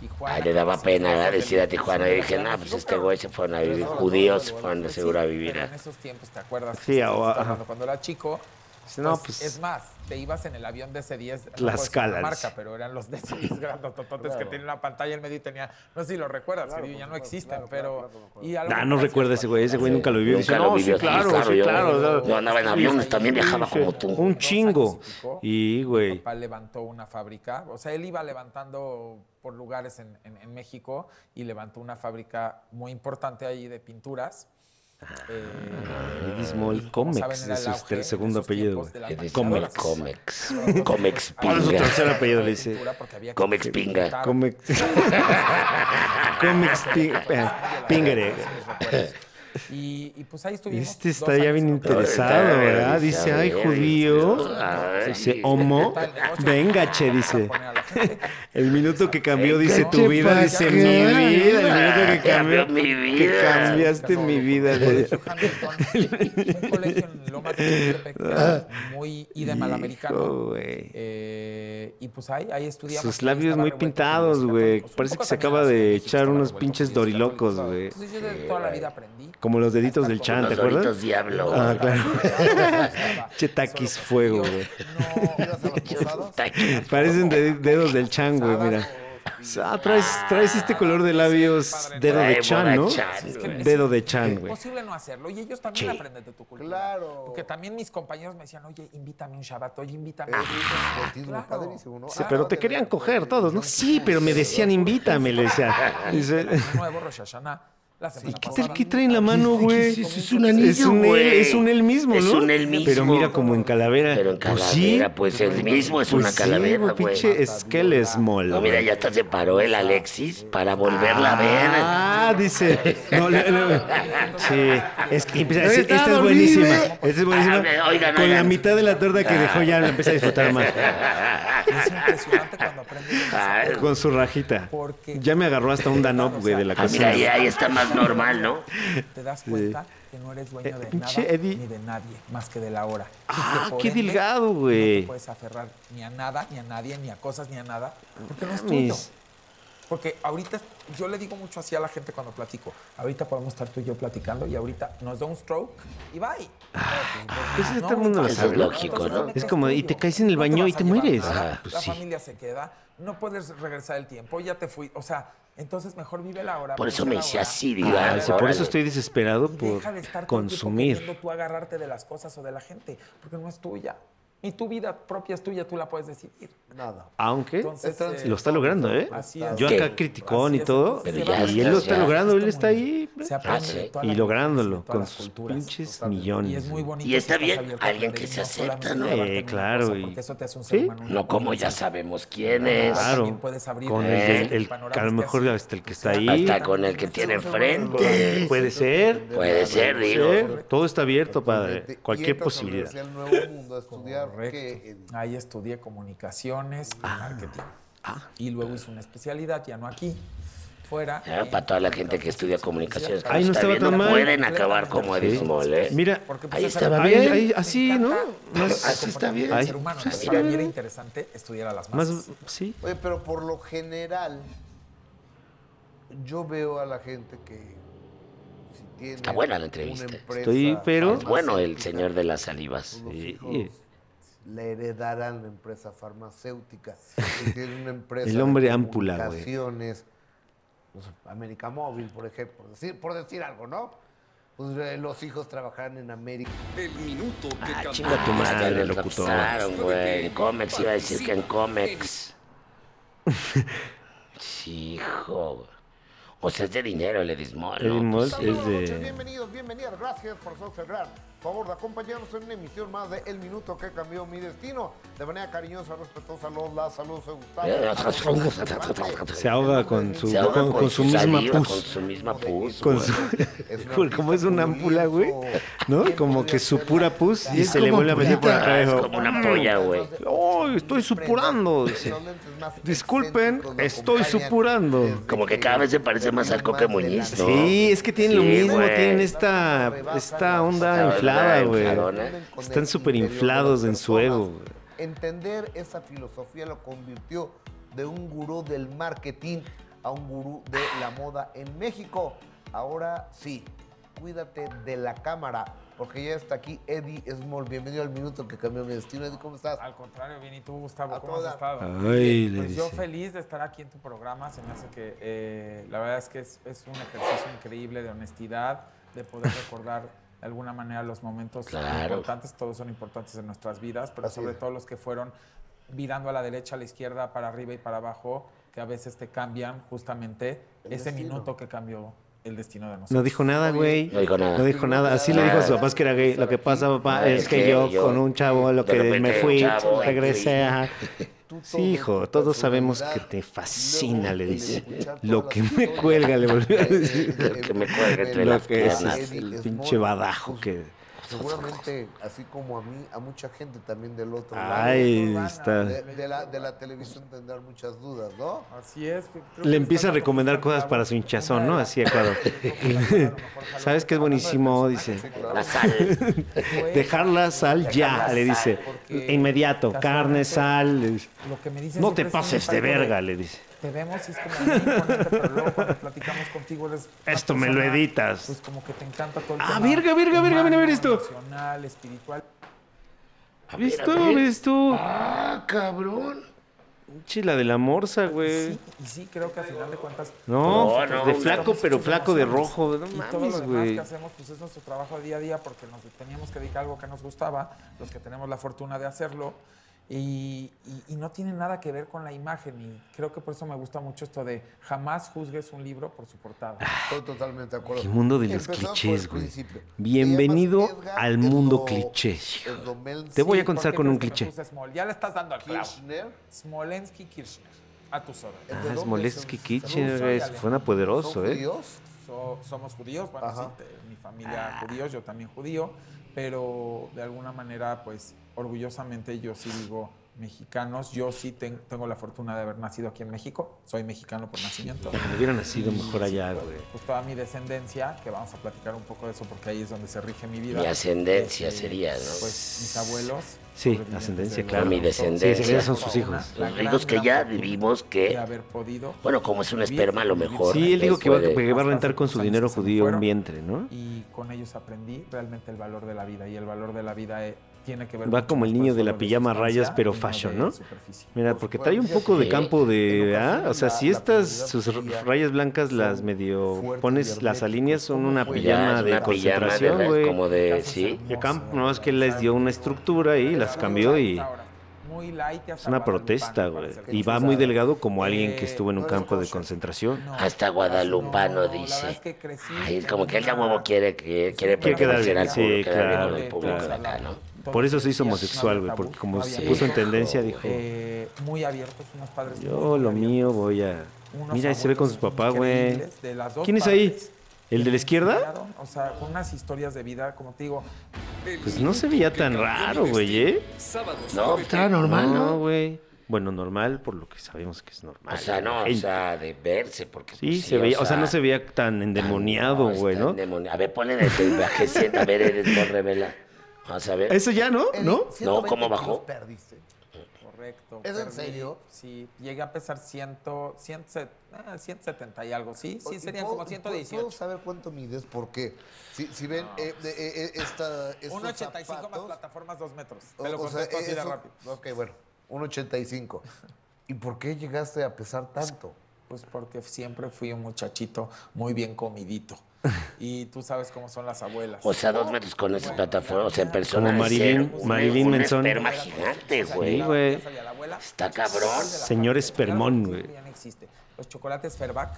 S4: Tijuana.
S1: Ay, Ah, le daba
S4: que
S1: pena
S4: sí,
S1: ¿verdad?
S4: del-
S1: decir a Tijuana. Y dije,
S4: del-
S1: no, pues
S4: del-
S1: este güey se fueron a vivir
S3: Pero-
S1: judíos, se fueron de
S4: Pues sí,
S1: seguro a
S4: pero
S1: vivir. ah.
S4: En
S1: a-
S4: esos tiempos, ¿te acuerdas?
S2: Sí,
S4: Estamos
S2: ahora, ajá.
S4: hablando Cuando era chico,
S2: Dice, No,
S4: Pues,
S2: pues.
S4: Es más, te ibas en el avión de C10. no puedo decir
S2: Tlaxcala,
S4: la
S2: dice.
S4: marca, pero eran los de C10 grandotototes que tienen la pantalla en medio y tenía. No sé si lo recuerdas, que ya no existen, pero. y algo
S2: Ah, no
S4: que
S2: recuerda
S4: hacías
S2: ese güey, ese güey
S4: cuando-
S2: nunca lo vivió. Dice,
S1: Nunca lo
S2: no, sí,
S1: vivió, sí,
S2: claro,
S1: claro,
S2: sí,
S1: yo-
S2: claro. o sea,
S1: yo andaba en aviones, también viajaba como tú.
S2: Un chingo.
S4: Dos años y pico.
S2: Y,
S4: Mi
S2: güey.
S4: papá levantó una fábrica, o sea, él iba levantando por lugares en, en- en México y levantó una fábrica muy importante ahí de pinturas. Eh,
S2: Ah, Eddie Small
S4: y como
S2: Comex,
S4: saben, era
S2: de
S4: el
S2: su
S4: auge
S2: ter-
S4: en
S2: segundo
S4: esos
S2: apellido,
S4: tiempos de
S2: güey.
S4: las
S1: Eddie Small
S4: maquiladoras.
S1: Comex.
S4: Entonces,
S1: Comex
S4: había
S2: Ah, su
S1: Pinga.
S2: tercer apellido, le dice.
S4: pintura porque había que
S1: Comex Pinga.
S4: pintar.
S2: Comics. Comics ping- eh, Pingere.
S4: Y, y pues ahí estuvimos.
S2: Este
S4: dos
S2: está ya
S4: años
S2: bien
S4: en lo que-
S2: interesado, ¿verdad? Dice, ay,
S1: Ay,
S2: judío.
S1: ay.
S2: Dice, homo.
S4: Tal negocio.
S2: Venga, che, dice.
S4: Poner a la gente.
S2: El minuto que cambió, dice
S7: ¿qué
S2: tu
S7: te
S2: vida,
S7: pasa?
S2: dice mi vida. El minuto que
S1: Cambió
S2: cambió,
S1: mi
S2: que
S1: vida.
S2: cambiaste mi vida. güey.
S4: Colegio Hamilton, un colegio en Lomas de Chapultepec, muy y de
S2: Ah. Hijo,
S4: malamericano.
S2: güey.
S4: Eh, y pues ahí, ahí estudiamos.
S2: Sus
S4: y
S2: labios
S4: estaba
S2: muy
S4: revuelto con
S2: pintados,
S4: los
S2: güey.
S4: católicos. Un
S2: Parece
S4: poco
S2: que se
S4: también
S2: acaba
S4: la Ciudad
S2: de
S4: México
S2: echar
S4: estaba
S2: unos
S4: revuelto con
S2: pinches
S4: los católicos.
S2: dorilocos, güey.
S4: Entonces yo de toda la vida aprendí.
S2: Como los deditos del
S4: Los
S2: Chan, ¿te
S1: Los
S2: acuerdas?
S1: doritos diablo.
S2: Ah, claro. Che,
S4: Che
S2: taquis fuego, güey.
S4: No,
S2: Parecen de- dedos del Chan, güey, mira. Ah, traes, traes este color de labios
S4: Sí, padre,
S2: dedo de
S1: Ay,
S2: Chan, ¿no?
S1: borrachán,
S4: Es que
S1: güey.
S4: es
S2: Dedo de Chan, güey.
S4: imposible no hacerlo. Y ellos también aprenden de tu cultura.
S3: Claro.
S4: Porque también mis compañeros me decían, oye, invítame un Shabbat, oye, invítame.
S3: Es
S4: un
S3: un
S4: Shabbat".
S3: escrotismo
S4: Ah, Claro.
S3: padrísimo, ¿no?
S2: Sí, pero te
S3: Ándale,
S2: querían coger
S3: güey.
S2: todos, ¿no? Sí, pero me decían, invítame, le decía. Dice,
S4: Año nuevo, Rosh Hashanah, la
S2: ¿Y
S4: semana
S2: qué,
S4: pasada.
S2: tal- qué trae en la mano, güey?
S1: es eso? Es un anillo,
S2: Es un él-
S1: güey.
S2: Es un él mismo, ¿no?
S1: Es un él mismo.
S2: Pero mira, como en calavera.
S1: Pero en
S2: Pues
S1: calavera,
S2: sí,
S1: pues el mismo es
S2: pues
S1: una
S2: sí,
S1: calavera,
S2: güey,
S1: güey.
S2: pinche Skell Small.
S1: No,
S2: güey.
S1: mira, ya hasta se paró el Alexis para volverla a ver.
S2: Ah, dice. No, le- le- sí. Es que empieza a decir,
S7: Está
S2: esta es
S7: dormido".
S2: buenísima. Esta es buenísima.
S1: Ah, oigan,
S2: Con la
S1: oigan.
S2: mitad de la torta que dejó ya la empieza a disfrutar más.
S4: Es impresionante cuando aprendes.
S1: Ah,
S2: Con su rajita.
S4: Porque-
S2: Ya me agarró hasta un Danop, güey, de la
S1: ah, mira,
S2: cocina.
S1: ahí, ahí está más normal, ¿no?
S4: te das cuenta que no eres dueño
S2: Eh,
S4: de nada
S2: pinche Eddie.
S4: ni de nadie más que de la hora. Y
S2: Ah,
S4: que por
S2: qué
S4: ende,
S2: delgado,
S4: No
S2: güey.
S4: te puedes aferrar ni a nada, ni a nadie, ni a cosas, ni a nada, porque no es
S2: Mames.
S4: tuyo. Porque ahorita, yo le digo mucho así a la gente cuando platico. Ahorita podemos estar tú y yo platicando y ahorita nos da un stroke y bye.
S2: Ah, eso todo el mundo lo
S1: sabe. Es lógico, ¿no?
S2: Es como, y te caes en el baño y te mueres. Ah, pues
S4: la
S2: sí.
S4: familia se queda, no puedes regresar el tiempo, ya te fui. O sea, entonces mejor vive la hora.
S1: Por eso
S4: vive
S1: me
S4: la
S1: hice
S4: hora.
S1: así,
S2: Ah,
S1: diga.
S2: dice, por eso estoy desesperado por
S4: Deja de estar todo el tiempo
S2: consumir.
S4: queriendo tú agarrarte de las cosas o de la gente, porque no es tuya. Y tu vida propia es tuya, tú la puedes decidir.
S3: Nada.
S2: Aunque
S4: Entonces, eh,
S2: lo está logrando, ¿eh?
S4: así es.
S2: Yo acá
S1: Sí.
S2: criticón
S4: Así
S2: y
S4: es,
S2: todo.
S4: entonces,
S1: Pero ya
S2: y él lo
S1: estás,
S2: está
S1: ya.
S2: logrando, él
S4: Este
S2: está
S4: mundo
S2: ahí.
S4: se aprende
S1: Ah, sí.
S4: de todas
S2: Y
S4: las
S2: lográndolo
S4: culturas, de todas
S2: con
S4: las
S2: sus
S4: culturas.
S2: pinches
S4: Y
S2: millones.
S4: es muy bonito.
S1: Y
S4: si
S1: está
S4: estás
S1: bien,
S4: abierto a
S1: alguien
S4: aprender
S1: que
S4: y
S1: se
S4: no solamente
S1: acepta, ¿no?
S4: clavarte
S2: Eh,
S4: en una
S2: claro,
S4: cosa,
S2: y-
S4: porque eso te hace un
S2: sí.
S4: ser humano único.
S1: No como ya sabemos quién
S4: Pero
S1: es.
S2: Claro.
S4: también puedes abrir
S2: Con el,
S1: Eh.
S2: el- el-
S4: panoramas
S2: a lo
S4: que
S2: mejor
S4: haces.
S2: hasta el que está ahí.
S1: Hasta con el que tiene enfrente.
S2: Puede ser.
S1: Puede ser, digo.
S2: ser. Todo está abierto,
S3: Totalmente.
S2: padre.
S3: Y
S2: Cualquier
S3: entras a la
S2: posibilidad.
S3: Universidad del nuevo mundo a estudiar que, eh,
S4: Correcto. Ahí estudié comunicaciones y
S1: Ah.
S4: marketing. Y luego hice una especialidad, ya no aquí, fuera.
S1: Ah,
S4: en
S1: para toda la gente que estudia comunicaciones, que
S2: Ahí
S1: nos
S2: no
S1: está
S2: estaba
S1: viendo,
S2: tan mal.
S1: pueden acabar como Eddie Small, ¿eh?
S2: Mira,
S4: Porque, pues,
S1: Ahí
S4: esa
S1: estaba
S4: era-
S2: ahí-
S1: bien.
S2: ahí-
S4: Me
S2: así,
S4: encanta
S2: ¿no? Más-
S1: Así está bien.
S4: el
S2: Ahí-
S4: ser humano.
S2: sí,
S4: ¿no?
S2: sí,
S4: Para mí
S2: bien.
S4: era interesante estudiar a las
S2: Más,
S4: masas.
S2: sí.
S3: Oye, pero por lo general, yo veo a la gente que si tiene
S1: Está buena la entrevista.
S3: una empresa
S2: Estoy, pero-
S1: Es bueno el
S3: farmacéutica,
S1: señor de las salivas.
S3: los
S2: Sí.
S3: hijos Le heredarán la empresa farmacéutica. Si tiene una empresa
S2: El hombre
S3: de
S2: ámpula, güey.
S3: comunicaciones, no sé, América Móvil, por ejemplo, por decir, por decir algo, ¿no? Pues eh, los hijos trabajarán en América.
S5: El minuto que cambió.
S2: Ah, chinga tu madre.
S5: nuestra
S1: Hasta
S2: el
S1: le
S2: locutor.
S1: retrasaron, güey. En Comex iba a decir que en Comex. Sí, Hijo. O sea, es de dinero el Edismol,
S2: Eddie
S1: ¿no?
S2: Moll
S3: Saludos,
S2: es
S3: noches,
S2: de.
S3: Bienvenidos, bienvenidas, gracias por sossegar. Favor de acompañarnos en una emisión más de El Minuto que cambió mi destino. De manera cariñosa, respetuosa, los la salud se
S1: Pues, Eh,
S2: Se ahoga con su,
S1: Se ahoga
S2: con, con su misma
S1: saliva, Con
S2: pus.
S1: su misma pus,
S2: Con
S1: güey.
S2: su- como es una ámpula, güey, ¿no? Como que supura pus y se le vuelve a meter por acá.
S1: Ah, es
S2: dijo, "Mm,
S1: como una polla, güey.
S2: ¡Ay, estoy supurando! Dice. Disculpen, estoy supurando.
S1: Como que cada vez se parece más al Coque Muñiz, ¿no?
S2: Sí, es que tienen lo
S1: Sí,
S2: mismo,
S1: güey.
S2: tienen esta, esta onda
S1: Esta
S2: inflada,
S1: onda
S2: güey.
S1: infladona.
S2: Están superinflados en su ego, güey.
S3: Entender esa filosofía lo convirtió de un gurú del marketing a un gurú de la moda en México. Ahora sí, cuídate de la cámara. porque ya está aquí Eddie Small. Bienvenido al minuto que cambió mi destino. Eddie, ¿cómo estás?
S1: Ah,
S4: Al contrario, bien, ¿y tú, Gustavo?
S3: A
S4: ¿Cómo
S3: toda-
S4: has estado?
S2: Ay, le
S4: Pues yo
S2: dice.
S4: feliz de estar aquí en tu programa. Se me hace que eh, la verdad es que es, es un ejercicio increíble de honestidad, de poder recordar de alguna manera los momentos
S1: Claro.
S4: importantes. Todos son importantes en nuestras vidas, pero
S3: Así
S4: sobre
S3: es.
S4: todo los que fueron virando a la derecha, a la izquierda, para arriba y para abajo, que a veces te cambian justamente
S3: El
S4: ese
S3: destino.
S4: minuto que cambió el destino de nosotros.
S2: No dijo nada, güey.
S1: No dijo nada.
S2: No dijo nada. Así le dijo a sus papás que era gay. Lo que pasa, papá,
S1: Ah,
S2: es que yo con un chavo lo
S1: de
S2: que
S1: repente
S2: me
S1: un
S2: fui,
S1: chavo,
S2: regresé.
S1: increíble.
S2: ajá.
S3: Tú
S2: Sí,
S3: todo,
S2: hijo, todos sabemos que
S3: personalidad,
S2: te fascina, le
S3: luego,
S2: dice.
S3: el escuchar
S2: Lo
S3: todas
S2: que
S3: las
S2: me
S3: historias
S2: cuelga, le volvió a
S3: de- de-
S2: decir.
S3: de-
S1: Lo que me cuelga entre
S3: de-
S2: Lo
S1: las
S2: que es,
S1: piernas.
S2: es el
S3: Eddie
S2: pinche
S3: Small.
S2: badajo
S3: Pues,
S2: que.
S3: Seguramente, así como a mí, a mucha gente también del otro
S2: Ay,
S4: urbana,
S3: lado.
S2: está.
S3: De, de la, de la televisión tendrán muchas dudas, ¿no?
S4: Así es. creo que
S2: Le empieza a
S4: están
S2: recomendar
S4: conquistando
S2: cosas para su hinchazón,
S4: una de
S2: ¿no?
S4: las
S2: Así, Ecuador. ¿Sabes qué es buenísimo? Dice.
S1: La sal.
S4: Pues,
S2: Dejarla sal
S1: Dejar
S2: ya,
S1: la
S2: le
S1: sal,
S2: dice.
S4: porque
S2: Inmediato, carne,
S4: casualmente-
S2: sal. le dice.
S4: Lo que me dices
S2: No te
S4: siempre es un
S2: pases de
S4: impacto
S2: verga, le dice.
S4: Te vemos y es como muy imponente, pero luego cuando platicamos contigo eres una
S2: Esto me lo editas.
S4: Pues como que te encanta todo el
S2: Ah,
S4: tema
S2: verga, verga, verga, ven a ver esto.
S4: emocional, espiritual.
S2: ¿Ves tú? ¿Ves tú?
S1: Ah, cabrón.
S2: Chila de la morsa, güey.
S4: Sí, y sí, creo que al final de cuentas
S1: No,
S2: No,
S1: no,
S2: de
S1: no.
S2: flaco, pero
S4: Muchas
S2: flaco de
S4: emociones.
S2: rojo. No
S4: y todo lo
S2: mames,
S4: demás
S2: güey.
S4: que hacemos, pues es nuestro trabajo día a día porque nos teníamos que dedicar a algo que nos gustaba, los que tenemos la fortuna de hacerlo. Y, y- y no tiene nada que ver con la imagen. Y creo que por eso me gusta mucho esto de jamás juzgues un libro por su portada.
S2: Ah,
S3: Estoy totalmente de acuerdo.
S2: El mundo de los
S3: Empezamos por
S2: clichés,
S3: el
S2: güey.
S3: principio.
S2: Bienvenido
S3: Te llamas Edgar
S2: al mundo
S3: Esdo-
S2: cliché.
S3: Esdomel-
S2: Te voy a
S3: sí,
S2: contestar
S4: ¿Por qué
S2: con un
S4: crees que me
S2: cliché.
S4: puse Smol? Ya le estás dando al clavo.
S3: Kirchner.
S4: Smolensky Kirchner. A tus órdenes.
S3: ¿El de
S2: Ah,
S3: dónde
S2: Smolensky
S3: son?
S2: Kitchen,
S4: ruso,
S2: güey,
S4: ya le-
S2: suena poderoso,
S3: ¿Son
S2: ¿eh?
S3: judíos?
S4: So- somos judíos, bueno,
S3: Ajá.
S4: sí, te- mi familia
S1: Ah.
S4: judíos, yo también judío, pero de alguna manera, pues, orgullosamente yo sí digo mexicanos, yo sí ten- tengo la fortuna de haber nacido aquí en México, soy mexicano por nacimiento.
S2: Me hubieran nacido mejor allá, güey.
S4: Pues toda mi descendencia, que vamos a platicar un poco de eso porque ahí es donde se rige mi vida.
S1: Mi ascendencia
S4: Este,
S1: sería, ¿no?
S4: Pues mis abuelos.
S2: Sí,
S4: sobrevivientes
S2: ascendencia,
S4: del-
S2: claro.
S1: Mi descendencia.
S2: Sí, sí, son sus
S4: Una-
S2: hijos.
S4: la
S1: Los
S4: gran,
S1: ricos que
S4: gran
S1: ya
S4: fortuna
S1: vivimos que-
S4: de haber podido
S1: Bueno, como es un
S4: vivir,
S1: esperma, a lo
S4: convivir.
S1: mejor.
S2: Sí, él dijo que va,
S1: puede-
S2: que va a
S4: Hasta
S2: rentar con
S4: hace
S2: su
S4: unos
S2: dinero
S4: años que se
S2: judío un
S4: fueron.
S2: vientre, ¿no?
S4: y con ellos aprendí realmente el valor de la vida y el valor de la vida eh, tiene que ver
S2: Va
S4: mucho
S2: como el
S4: más
S2: niño
S4: con
S2: de la
S4: solo
S2: pillama a
S4: sustancia
S2: rayas, pero
S4: y
S2: fashion,
S4: de
S2: ¿no?
S4: superficie.
S2: Mira,
S3: Por
S2: porque
S3: supuesto,
S2: trae un
S3: fíjate
S2: poco de
S1: que
S2: campo de...
S3: en
S2: ah, O sea,
S3: ocasiones
S2: si
S3: la-
S2: estas,
S3: la
S2: sus
S3: polaridad
S2: rayas blancas
S3: son
S2: las medio...
S3: fuertes y
S2: Pones las
S3: herméticas,
S2: alineas, son
S3: como
S2: una
S3: fue.
S1: Pues Ya,
S2: pillama
S1: es
S2: Pues de
S1: una pijama de
S2: concentración,
S1: la-
S2: güey.
S1: como de. Sí.
S2: De campo, no es que les dio una estructura y las cambió y...
S4: Muy light, ya
S2: Es una
S4: sabes,
S2: protesta,
S4: Lupán,
S2: güey.
S4: para
S2: Y
S4: ser
S2: va
S4: cruzada.
S2: muy delgado como alguien
S4: Eh,
S2: que estuvo en un
S4: no,
S2: campo de
S4: no,
S2: concentración.
S4: no,
S1: Hasta
S4: no,
S1: guadalupano,
S4: no, la
S1: dice.
S4: verdad es que crecí
S1: Ay, es
S4: en
S1: como que él ya
S4: una-
S1: huevo quiere, que, quiere
S2: Quiere quedar
S1: pertenecer al
S2: bien, sí,
S1: público, quedar bien
S2: claro,
S1: con el público de
S2: claro.
S1: acá, ¿no?
S2: Por eso se hizo homosexual, güey, porque como se puso en tendencia, dijo,
S4: Eh, muy abiertos, unos padres.
S2: yo lo mío voy a...
S4: Unos
S2: Mira, ahí se ve con su
S4: abuelos
S2: papá, güey.
S4: increíbles de las dos
S2: ¿Quién es ahí?
S4: partes.
S2: ¿El de la
S4: Me
S2: izquierda?
S4: enseñaron, O sea, con unas historias de vida, como te digo,
S2: Pues no se veía tan raro, güey, ¿eh?
S1: No, estaba normal,
S2: No,
S1: ¿no?
S2: güey. Bueno, normal por lo que sabemos que es normal.
S1: O sea, no, o
S2: Gente.
S1: sea, de verse, porque. pues,
S2: Sí, se veía, o sea, no se veía tan endemoniado, güey, ¿no?
S1: endemoniado. A ver, ponle de tu imagen, sienta, a ver, eres más revela. Vamos a ver.
S2: Eso ya, ¿no?
S3: Eddie,
S2: ¿eh? ¿No?
S3: 120
S1: ¿cómo
S3: kilos
S1: bajó?
S3: Perdiste.
S4: correcto.
S3: ¿Es en
S4: perdí,
S3: serio?
S4: Sí, llegué a pesar 100, 100, ah, 170 y algo, sí, sí,
S3: ¿Y
S4: serían
S3: puedo-
S4: como
S3: y puedo- Puedo
S4: 118.
S3: saber cuánto mides, porque si, si ven eh, de- eh, eh, esta, estos
S4: 1,85 más
S3: zapatos,
S4: plataformas, 2 metros.
S3: o-
S4: Te lo
S3: o sea, eh,
S4: contesto así de
S3: eso-
S4: rápido.
S3: Ok, bueno, 1.85. ¿Y por qué llegaste a pesar tanto?
S4: Pues porque siempre fui un muchachito muy bien comidito. Y tú sabes cómo son las abuelas.
S1: O sea, dos metros con esa plataforma, o sea, en persona.
S2: Como
S1: de
S2: Marilyn-
S1: ser
S2: Marilyn
S1: un
S2: Manson.
S1: esperma gigante,
S4: O sea,
S1: güey.
S4: yo la-
S2: güey.
S4: yo soy la abuela.
S1: Está cabrón.
S2: Señor Espermón,
S4: Claro,
S2: güey.
S4: ya no existe. Los chocolates Ferbac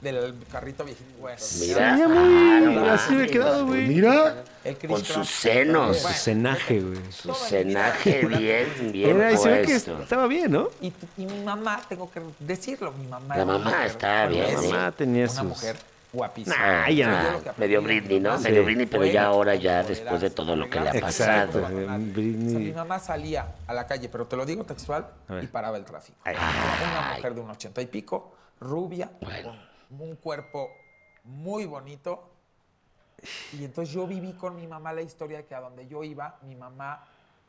S4: del carrito viejito. güey.
S1: Mira.
S2: Ya
S1: Ah,
S2: muy...
S1: no
S2: Así me he
S1: mames,
S2: quedado, güey.
S7: Mira,
S4: El Chris
S1: Con
S4: Cross.
S1: sus
S4: pues,
S1: senos.
S2: Su cenaje, güey.
S1: Su cenaje bien, bien
S2: Era, y se ve que
S1: puesto.
S2: estaba bien, ¿no?
S4: Y, tu- y mi mamá, tengo que decirlo, mi mamá.
S1: La
S4: era una
S1: mamá
S4: mujer-
S1: estaba
S4: bueno,
S1: bien,
S4: es
S1: mamá
S2: tenía
S4: Una
S2: sus-
S4: mujer guapísima.
S1: Nah,
S4: O sea, yo
S1: ya
S4: lo que aprendí
S1: Ah, medio
S4: de mi
S1: Britney, ¿no?
S4: mamá
S1: Medio
S4: fue
S1: Britney, pero ya ahora ya
S4: empoderarse,
S1: después de todo lo que le ha
S4: empoderarse,
S1: pasado.
S2: Exacto, Mm, Britney.
S4: O sea, mi mamá salía a la calle, pero te lo digo textual,
S2: A ver.
S4: y paraba el tráfico.
S2: Ay.
S4: Una mujer de un ochenta y pico, rubia,
S1: Bueno.
S4: con un cuerpo muy bonito. Y entonces yo viví con mi mamá la historia de que a donde yo iba, mi mamá,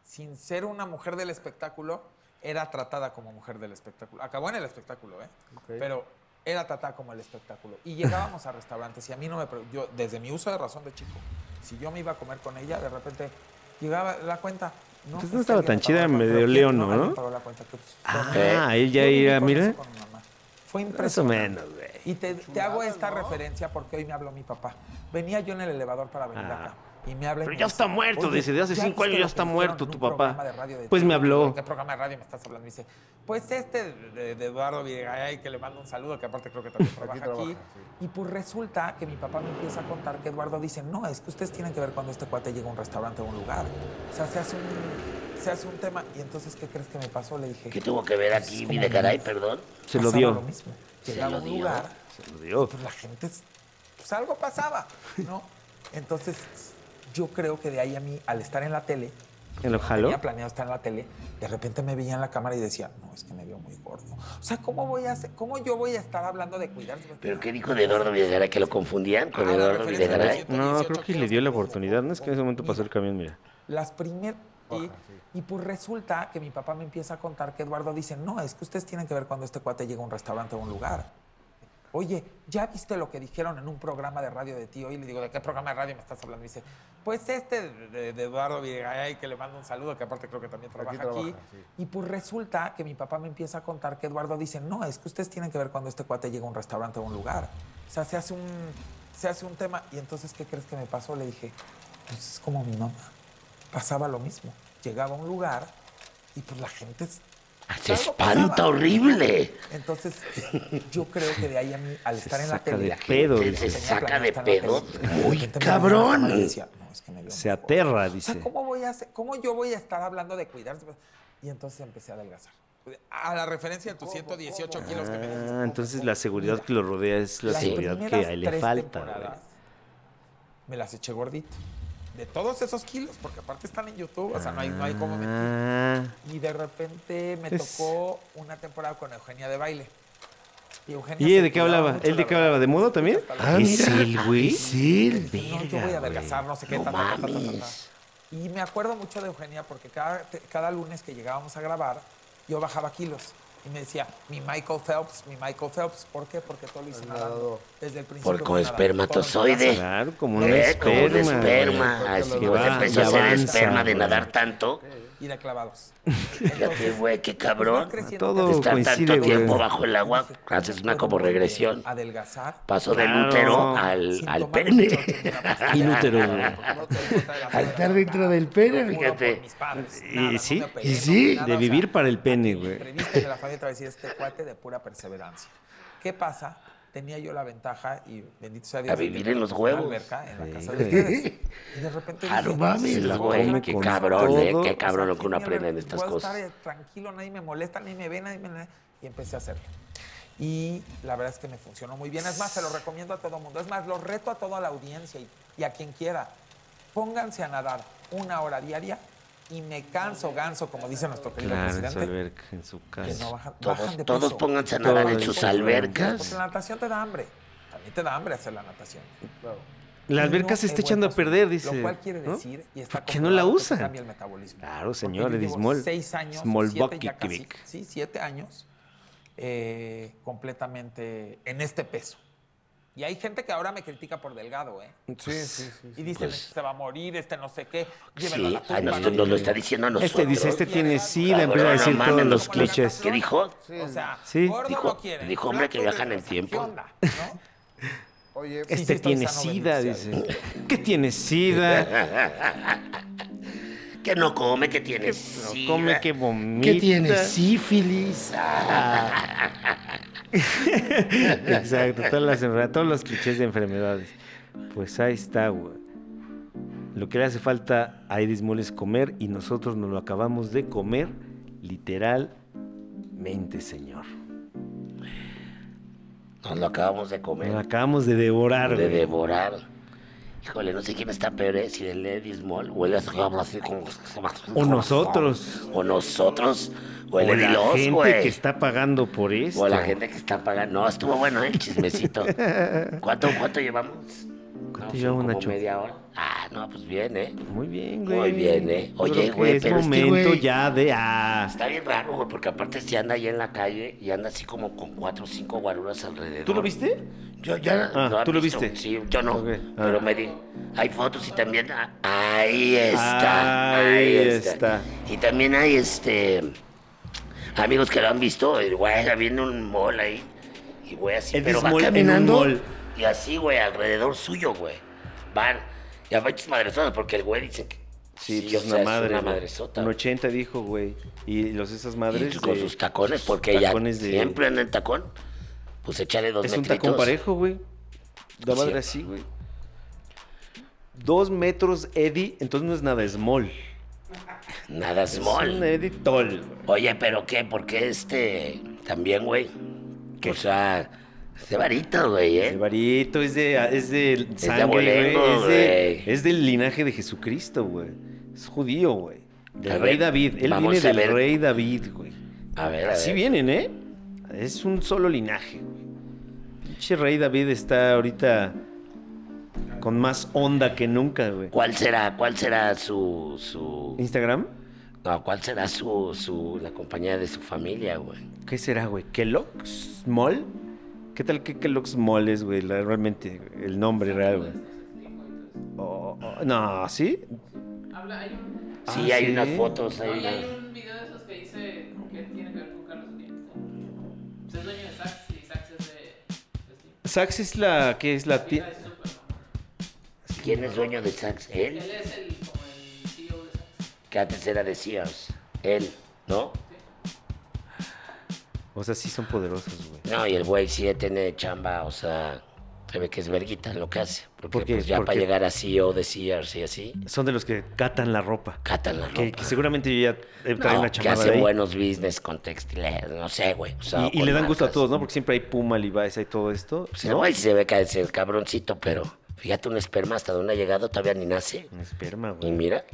S4: sin ser una mujer del espectáculo, era tratada como mujer del espectáculo. Acabó en el espectáculo, ¿eh? Pero era tratada como el espectáculo. Y llegábamos a restaurantes y a mí no me... pre- Yo, desde mi uso de razón de chico, si yo me iba a comer con ella, de repente llegaba la cuenta... No,
S2: Pues
S4: es
S2: no
S4: que
S2: estaba tan
S4: alguien me pagó
S2: chida,
S4: la cuenta,
S2: medio
S4: pero ¿quién?
S2: león, ¿no?
S4: alguien pagó la cuenta, que, pues,
S2: Ah,
S4: yo
S2: ella
S4: viví
S2: era,
S4: con
S2: mira.
S4: eso con mi mamá. Fue
S2: Más o
S4: impresionante.
S2: menos, güey.
S4: Y te, te hago esta referencia porque hoy me habló mi papá. Venía yo en el elevador para venir
S2: Ah.
S4: acá. Y me habla y
S2: Pero
S4: me
S2: ya
S4: dice,
S2: está muerto,
S4: "Oye,
S2: desde hace cinco
S4: viste
S2: años ya
S4: lo que
S2: está
S4: dijeron
S2: muerto
S4: en
S2: tu
S4: un
S2: papá?"
S4: programa de radio de
S2: Pues me
S4: Televisa?
S2: habló.
S4: ¿De qué programa de radio me estás hablando? Me dice, pues este de, de Eduardo Videgaray, que le mando un saludo, que aparte creo que también trabaja aquí.
S6: trabaja,
S4: Y pues resulta que mi papá me empieza a contar que Eduardo dice, no, es que ustedes tienen que ver cuando este cuate llega a un restaurante o a un lugar. O sea, se hace un, se hace un tema. Y entonces, ¿qué crees que me pasó? Le dije...
S1: ¿Qué tuvo que ver
S4: "Pues es
S1: aquí,
S4: como
S1: mi de
S4: mi-
S1: caray, perdón?
S2: Se lo
S4: pasaba
S2: dio.
S4: lo mismo.
S1: Se
S4: Llegaba
S1: lo
S4: a un
S1: dio.
S4: lugar
S2: Se lo dio.
S4: pues la gente, es- pues algo pasaba, ¿no? Entonces, yo creo que de ahí a mí, al estar en la tele,
S2: ¿Me lo jaló?
S4: tenía planeado estar en la tele, de repente me veía en la cámara y decía, no, es que me veo muy gordo. O sea, ¿cómo voy a hacer- cómo yo voy a estar hablando de cuidarse?
S1: ¿Pero qué dijo de Eduardo Videgaray? ¿Que lo confundían con
S4: Ah, la
S1: Eduardo
S4: referencia de
S1: Videgaray?
S4: siete.
S2: No,
S4: 18
S2: creo que le
S4: kilos,
S2: dio la
S4: pues,
S2: oportunidad. No es que en ese momento pasó
S4: mira.
S2: el camión, mira.
S4: Las primeras. Y, y pues resulta que mi papá me empieza a contar que Eduardo dice, no, es que ustedes tienen que ver cuando este cuate llega a un restaurante o a un lugar. Oye, ¿ya viste lo que dijeron en un programa de radio de ti hoy? Le digo, ¿de qué programa de radio me estás hablando? Y dice, pues este de, de- de Eduardo Videgaray, que le mando un saludo, que aparte creo que también trabaja aquí. Y pues resulta que mi papá me empieza a contar que Eduardo dice, no, es que ustedes tienen que ver cuando este cuate llega a un restaurante o a un lugar. O sea, se hace un, se hace un tema. Y entonces, ¿qué crees que me pasó? Le dije, pues es como mi mamá. Pasaba lo mismo. Llegaba a un lugar y pues la gente... es-
S1: Ah, ¡Se
S4: algo
S1: espanta
S4: pasaba.
S1: horrible!
S4: Entonces, yo creo que de ahí a mí, al estar en la
S2: saca
S4: tele,
S2: de
S4: la
S2: pedo,
S4: gente
S2: dice.
S4: tenía
S1: Se saca
S4: planeado
S1: de
S4: estar en la
S1: pedo
S4: tele.
S1: muy
S4: La gente me veía en la
S1: cabrón.
S4: cámara y decía, "No, es que me veo
S2: Se
S4: muy gordo".
S2: aterra,
S4: O sea,
S2: dice.
S4: ¿cómo, voy a hacer- ¿cómo yo voy a estar hablando de cuidarse? Y entonces empecé a adelgazar. A la referencia de tus 118 kilos que me dijiste.
S2: Ah, entonces la seguridad que lo rodea es la
S4: Las
S2: seguridad que
S4: primeras
S2: a él le
S4: tres
S2: falta,
S4: temporadas,
S2: güey.
S4: Me las eché gordito. De todos esos kilos, porque aparte están en YouTube, o sea, no hay, no hay como
S2: Ah,
S4: y de repente me
S2: Es-
S4: tocó una temporada con Eugenia de baile. Y, Eugenia
S2: ¿Y
S4: se
S2: de qué
S4: cuidaba
S2: hablaba?
S4: mucho,
S2: ¿Él de
S4: la
S2: qué
S4: verdad.
S2: hablaba? ¿De modo también?
S4: Ah,
S2: ¿Es
S1: mira.
S2: él, güey?
S1: Sí, el
S4: No, yo voy a adelgazar, no sé qué.
S1: No
S4: ta, ta, ta, ta, ta, ta, ta.
S1: mames.
S4: Y me acuerdo mucho de Eugenia porque cada, te- cada lunes que llegábamos a grabar, yo bajaba kilos. Y me decía, mi Michael Phelps, mi Michael Phelps. ¿por qué? Porque todo lo hice nadando. Desde el principio.
S1: Por
S4: fue nadando. Todo en
S1: coespermatozoide.
S4: mi casa.
S2: Claro, como un
S1: ¿Eh? Como un
S2: esperma. güey.
S1: esperma. Así
S2: Que
S1: pues,
S2: va
S1: empezó
S2: y
S1: a hacer
S2: avanza,
S1: esperma de
S2: güey.
S1: nadar tanto.
S4: Y de clavados.
S1: Fíjate,
S4: Entonces,
S1: güey, qué
S4: pues, vas
S1: cabrón.
S4: creciendo,
S2: Todo
S4: te-
S1: Estar
S2: coincide,
S1: tanto
S2: güey.
S1: tiempo bajo el agua, haces una como regresión.
S4: Adelgazar.
S1: Pasó del
S2: Claro.
S1: útero al,
S4: sin
S1: al
S4: tomar
S1: pene.
S4: mucho tiempo.
S2: Inútero, güey.
S1: Al estar dentro del pene, fíjate.
S2: Y sí, y sí, de vivir para el pene, güey.
S4: Entrevista de la familia travesía este cuate de pura perseverancia. ¿Qué pasa? Tenía yo la ventaja y bendito sea Dios.
S1: A vivir en los
S4: una
S1: huevos.
S4: alberca en
S2: Sí,
S4: la casa de
S2: güey.
S4: ustedes. Y de repente.
S1: Ah, no
S4: dije,
S1: mames,
S4: "Sí,
S1: la
S4: puedo
S1: güey,
S4: estar
S1: qué
S4: aquí".
S1: cabrón,
S4: O sea,
S2: eh,
S1: qué cabrón lo que uno
S4: tenía
S1: aprende en
S4: la-
S1: estas
S4: puedo
S1: cosas.
S4: estar eh, tranquilo, nadie me molesta, nadie me ve, nadie me. nadie- Y empecé a hacerlo. Y la verdad es que me funcionó muy bien. Es más, se lo recomiendo a todo mundo. Es más, lo reto a toda la audiencia y, y a quien quiera. Pónganse a nadar una hora diaria y me canso, ganso, como dice nuestro querido
S2: Claro, en su
S4: presidente.
S2: alberca, en su
S4: Que no
S2: casa.
S4: bajan, bajan de
S1: Todos, todos
S4: peso.
S1: pónganse a nadar en
S2: Todos.
S1: sus
S4: Porque
S1: albercas.
S4: la natación te da hambre. También te da hambre hacer la natación.
S2: La
S4: Y
S2: alberca
S4: no
S2: se
S4: he
S2: está echando a
S4: vuelto
S2: perder,
S4: subir,
S2: dice.
S4: Lo cual quiere
S2: ¿no?
S4: decir, y está
S2: ¿Por qué no la
S4: comprobado que te
S2: usan?
S4: cambia el metabolismo.
S2: Claro,
S4: Porque
S2: señor,
S4: yo
S2: el
S4: llevo
S2: small-
S4: Seis años,
S2: small
S4: siete ya
S2: bucket
S4: casi,
S2: Quebec.
S4: sí, siete años eh, completamente en este peso. Y hay gente que ahora me critica por delgado, ¿eh?
S2: Sí, sí,
S4: Y dicen,
S1: Pues-
S4: este se va a morir, este no sé qué. llévenlo
S1: Sí,
S4: a la
S1: ay,
S4: tumba,
S1: nos,
S4: ¿no?
S1: nos lo está diciendo a nosotros.
S2: Este dice, este tiene sida,
S1: Cabrón,
S2: empieza a
S1: no
S2: decir
S1: mames,
S2: todos los
S1: como la
S2: clichés.
S1: ¿Qué dijo?
S4: O sea,
S2: Sí.
S4: gordo
S1: Dijo-
S4: lo quieren,
S1: dijo, hombre, que
S4: flaco
S1: viajan
S4: de
S1: en
S4: ¿qué
S1: tiempo.
S4: onda? ¿No?
S6: Oye,
S4: Sí,
S2: Este
S4: estoy
S2: tiene
S4: sano,
S2: sida,
S4: bendito sea
S2: dice. ¿Qué tiene sida?
S1: Que no come, que tiene
S2: No
S1: sida.
S2: come, que vomita.
S1: sífilis.
S2: Exacto, todas las enfermedades, todos los clichés de enfermedades. Pues ahí está, güey. Lo que le hace falta a Edith Mole es comer y nosotros nos lo acabamos de comer literalmente, señor.
S1: Nos lo acabamos de
S2: Nos lo
S1: comer,
S2: acabamos de devorar,
S1: de
S2: güey.
S1: devorar. Híjole, no sé quién está peor, ¿eh? si el Eddie Small o el Edis Mol, así como...
S2: O nosotros.
S1: O nosotros. O el
S2: O
S1: Eddie
S2: la
S1: Los,
S2: gente
S1: güey.
S2: que está pagando por esto.
S1: O la gente que está pagando. No, estuvo bueno ¿eh? el chismecito. ¿Cuánto, cuánto llevamos?
S2: ¿Cuánto ¿Cuánto
S1: No, son
S2: llevamos,
S1: como
S2: Nacho?
S1: media hora. Ah, no, pues bien, ¿eh?
S2: Muy bien, güey.
S1: Muy bien, ¿eh?
S2: Yo
S1: Oye,
S2: creo que
S1: güey,
S2: Es
S1: pero este
S2: momento
S7: güey-
S2: ya de. Ah,
S1: Está bien raro, güey, porque aparte si anda ahí en la calle y anda así como con cuatro o cinco guaruras alrededor.
S2: ¿Tú lo viste?
S1: Yo ya.
S2: Ah,
S1: has
S2: ¿tú lo
S1: visto?
S2: viste?
S1: Sí, yo no.
S2: Ok, ah.
S1: Pero me di. Hay fotos y también. ah, Ahí está.
S2: Ah, Ahí
S1: Ahí,
S2: está.
S1: está. Y también hay este. Amigos que lo han visto, el güey, ya viene un mall ahí. Y güey, así,
S2: Edis
S1: pero va
S2: Mall en un
S1: caminando.
S2: mall.
S1: Y así, güey, alrededor suyo, güey. Van. Y a veces madrezonas, porque el güey dice que.
S2: Sí,
S1: o
S2: pues
S1: sea,
S2: una madre.
S1: Es una
S2: güey.
S1: madresota.
S2: Un
S1: güey.
S2: 80 dijo, güey. Y los esas madres.
S1: Y con
S2: de-
S1: sus tacones,
S2: sus
S1: porque ella
S2: tacones de-
S1: siempre anda en tacón. Pues échale dos
S2: Es un
S1: metritos.
S2: tacón parejo, güey. La
S1: Sí.
S2: madre así, güey. Dos metros Eddie, entonces no es nada small.
S1: Nada
S2: Es
S1: small.
S2: un Eddie tall, güey.
S1: Oye, pero qué, porque este también, güey. O sea, este varito, güey,
S2: Es de
S1: ¿eh?
S2: varito, es de, es de sangre, güey.
S1: abolengo,
S2: es, de-
S1: güey.
S2: es del linaje de Jesucristo, güey. Es judío, güey. Del
S1: A
S2: rey
S1: ver,
S2: David. Él
S1: vamos
S2: viene
S1: a
S2: del
S1: ver.
S2: rey David, güey.
S1: A ver, a
S2: Así
S1: ver.
S2: vienen, ¿eh? Es un solo linaje, güey. Pinche rey David está ahorita con más onda que nunca, güey.
S1: ¿Cuál será, cuál será su, su,
S2: ¿Instagram?
S1: no, cuál será su, su, la compañía de su familia, güey?
S2: ¿Qué será, güey? ¿Kellogg's Mall? ¿Qué tal que Kellogg's Mall es, güey? La- Realmente, güey, el nombre real, güey. Oh, oh, no, ¿sí?
S1: Sí,
S2: Ah,
S1: hay
S2: ¿sí?
S1: unas fotos ahí.
S9: Y hay un video de esos que dice que tiene que ver con Carlos Slim. Pues es dueño de Sax y Sax es de. de Slim.
S2: Sax es la que es la
S9: Vida
S2: tienda.
S9: es Superman.
S1: ¿Quién es dueño de Saks? Él,
S9: Él es el, como el CEO de Sax.
S1: que antes era de Sears. Él, ¿no?
S2: O sea, sí son poderosos, güey.
S1: No, y el güey sí ya tiene chamba, o sea, se ve que es verguita en lo que hace. Porque
S2: ¿Por qué?
S1: pues ya
S2: ¿Por
S1: para
S2: qué?
S1: llegar a CEO de Sears y así,
S2: Son de los que catan la ropa.
S1: catan la
S2: Que,
S1: ropa.
S2: que seguramente yo ya eh, trae
S1: No,
S2: una
S1: que
S2: chamada
S1: hace
S2: de ahí.
S1: buenos business con textiles, no sé, güey. o sea,
S2: Y- y,
S1: con
S2: le dan gusto a
S1: marcas.
S2: todos, ¿no? Porque siempre hay Puma, Levi's, hay todo esto.
S1: Pues el
S2: ¿no?
S1: güey sí se ve que es el cabroncito, pero fíjate un esperma hasta donde ha llegado, todavía ni nace.
S2: Un esperma,
S1: Y
S2: güey.
S1: mira,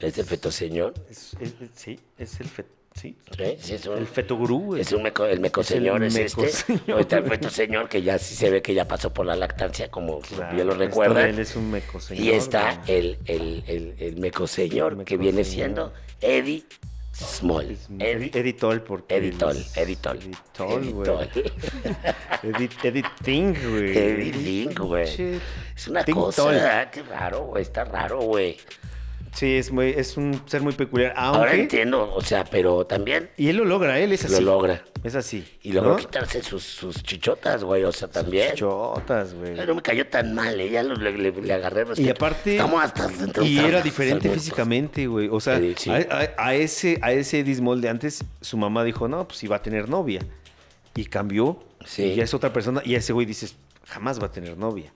S1: es de fetoseñor.
S2: Es- es- es- sí, es el feto. Sí.
S1: ¿eh? Sí, es un,
S2: El fetogurú, güey.
S1: es un meco- el mecoseñor, es,
S2: mecoseñor.
S1: este. Ahorita el fetoseñor que ya sí se ve que ya pasó por la lactancia, como
S2: Claro,
S1: yo lo
S2: esto de
S1: recuerdo.
S2: Él es un mecoseñor.
S1: Y está
S2: güey.
S1: el, el, el, el mecoseñor
S2: El
S1: que viene
S2: mecoseñor.
S1: siendo Eddie Small.
S2: Es
S1: Eddie,
S2: Editol, porque. él
S1: Editol,
S2: es-
S1: Editol.
S2: Editol, güey. Edit- Editing, güey.
S1: Editing, güey.
S2: Pinche
S1: Es una
S2: Ting
S1: cosa,
S2: tol.
S1: ¿verdad? qué raro, güey, está raro, güey.
S2: Sí, es, muy, es un ser muy peculiar.
S1: Ahora
S2: Aunque.
S1: entiendo, o sea, pero también
S2: Y él lo logra, él es así.
S1: lo logra.
S2: Es así.
S1: Y logró
S2: ¿no?
S1: quitarse sus, sus chichotas, güey, o sea, también.
S2: Chotas, güey.
S1: Pero no me cayó tan mal, eh, ya lo- le, le- le agarré respeto.
S2: Y aparte.
S1: Estamos hasta dentro
S2: y
S1: de-
S2: era diferente
S1: hasta-
S2: físicamente, güey. O sea,
S1: Sí, sí.
S2: A, a- a ese, a ese Edis Mall de antes, su mamá dijo, no, pues iba a tener novia. Y cambió.
S1: Sí.
S2: Y ya es otra persona. Y a ese güey dices, jamás va a tener novia.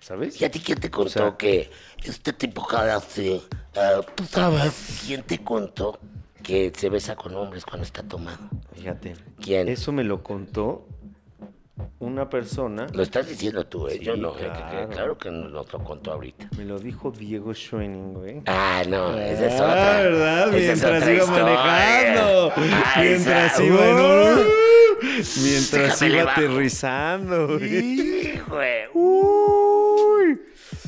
S2: ¿Sabes?
S1: ¿Y a ti quién te contó
S2: sea-
S1: que este tipo cada así? Ah, Tú sabes, ¿quién te contó que se besa con hombres cuando está tomado?
S2: Fíjate.
S1: ¿Quién?
S2: Eso me lo contó una persona.
S1: Lo estás diciendo tú, ¿eh?
S2: Sí,
S1: Yo no, eh, que- que-
S2: claro.
S1: claro. que nos lo contó ahorita.
S2: Me lo dijo Diego Schoening, güey.
S1: Ah, no, esa es
S2: Ah,
S1: otra.
S2: ¿verdad?
S1: Esa es
S2: Mientras
S1: otra
S2: iba
S1: historia.
S2: manejando.
S1: Ah,
S2: Mientras
S1: esa-
S2: iba en un- Mientras
S1: Déjame le
S2: iba
S1: bajo.
S2: aterrizando, güey.
S1: Híjole,
S2: Uy.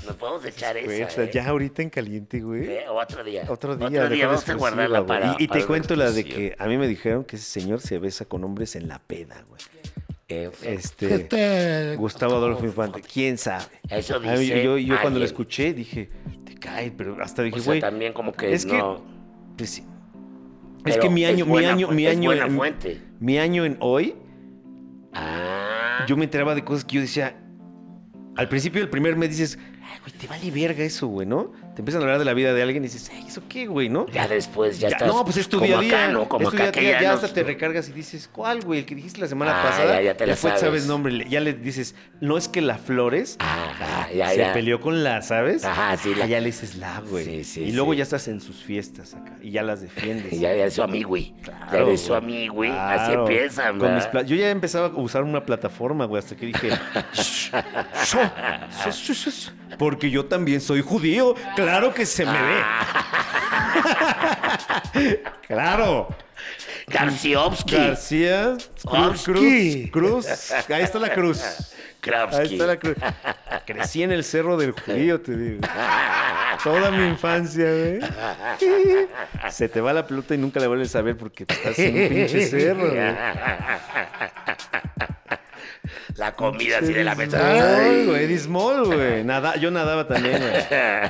S1: nos podemos echar
S2: Güey,
S1: esa, ¿eh?
S2: Pues, Ya ahorita en caliente, güey.
S1: ¿Eh? Otro día.
S2: Otro día.
S1: Otro día
S2: dejamos
S1: vamos a guardarla
S2: exclusiva,
S1: para...
S2: güey. Y, y
S1: para
S2: te
S1: una
S2: cuento la de
S1: exclusiva.
S2: que a mí me dijeron que ese señor se besa con hombres en la peda, güey.
S1: Eh,
S2: Este, Gustavo Adolfo Infante, quién sabe.
S1: Eso
S2: A mí-
S1: dice
S2: yo yo cuando
S1: alguien.
S2: lo escuché dije, te cae, pero hasta
S1: o
S2: dije,
S1: sea,
S2: güey.
S1: también como que
S2: es que-
S1: no...
S2: pues sí. es
S1: Pero
S2: que mi
S1: es
S2: año, mi
S1: buena
S2: año,
S1: fu-
S2: mi
S1: es
S2: año,
S1: buena
S2: en-
S1: fuente.
S2: mi año en hoy,
S1: Ah,
S2: yo me enteraba de cosas que yo decía. Al principio del primer mes dices, ay, güey, te vale verga eso, güey, ¿no? Te empiezan a hablar de la vida de alguien y dices, ay, ¿eso qué, güey, no?
S1: ya después ya,
S2: Ya,
S1: estás...
S2: no, pues es tu
S1: como
S2: día a
S1: acá,
S2: día.
S1: ¿no? Como
S2: es tu día a
S1: acá que
S2: día,
S1: ya
S2: ya
S1: nos-
S2: hasta te recargas y dices, ¿cuál, güey? El que dijiste la semana
S1: Ah,
S2: pasada.
S1: ya, ya te la
S2: después
S1: sabes.
S2: nombre, le- ya le dices, no es que la Flores
S1: Ajá, ya,
S2: se
S1: ya.
S2: peleó con la, ¿sabes?
S1: Ajá, sí,
S2: Ah,
S1: la-
S2: ya le dices la, güey.
S1: Sí, sí,
S2: y luego
S1: sí.
S2: ya estás en sus fiestas acá y ya las defiendes.
S1: Ya eres su amigui. ya
S2: Claro,
S1: eres su
S2: güey.
S1: amigui. Así
S2: Claro.
S1: empiezan,
S2: Con mis
S1: ¿verdad?
S2: pla- Yo ya empezaba a usar una plataforma, güey, hasta que dije, "Shh, shh, shh, shh, shh, shh", porque yo también soy judío. Claro que se me ve. claro.
S1: Garciovsky.
S2: García Cruz,
S1: Oski.
S2: Cruz, Cruz. Ahí está la cruz.
S1: Kravsky.
S2: Ahí está la cruz. Crecí en el cerro del judío, te digo. Toda mi infancia, güey. Se te va la pelota y nunca la vuelves a ver porque estás en un pinche cerro, güey.
S1: La comida así de la
S2: Eddie
S1: mesa.
S2: Small,
S1: Ay,
S2: güey. Eddie Small, güey. Nada, yo nadaba también, güey.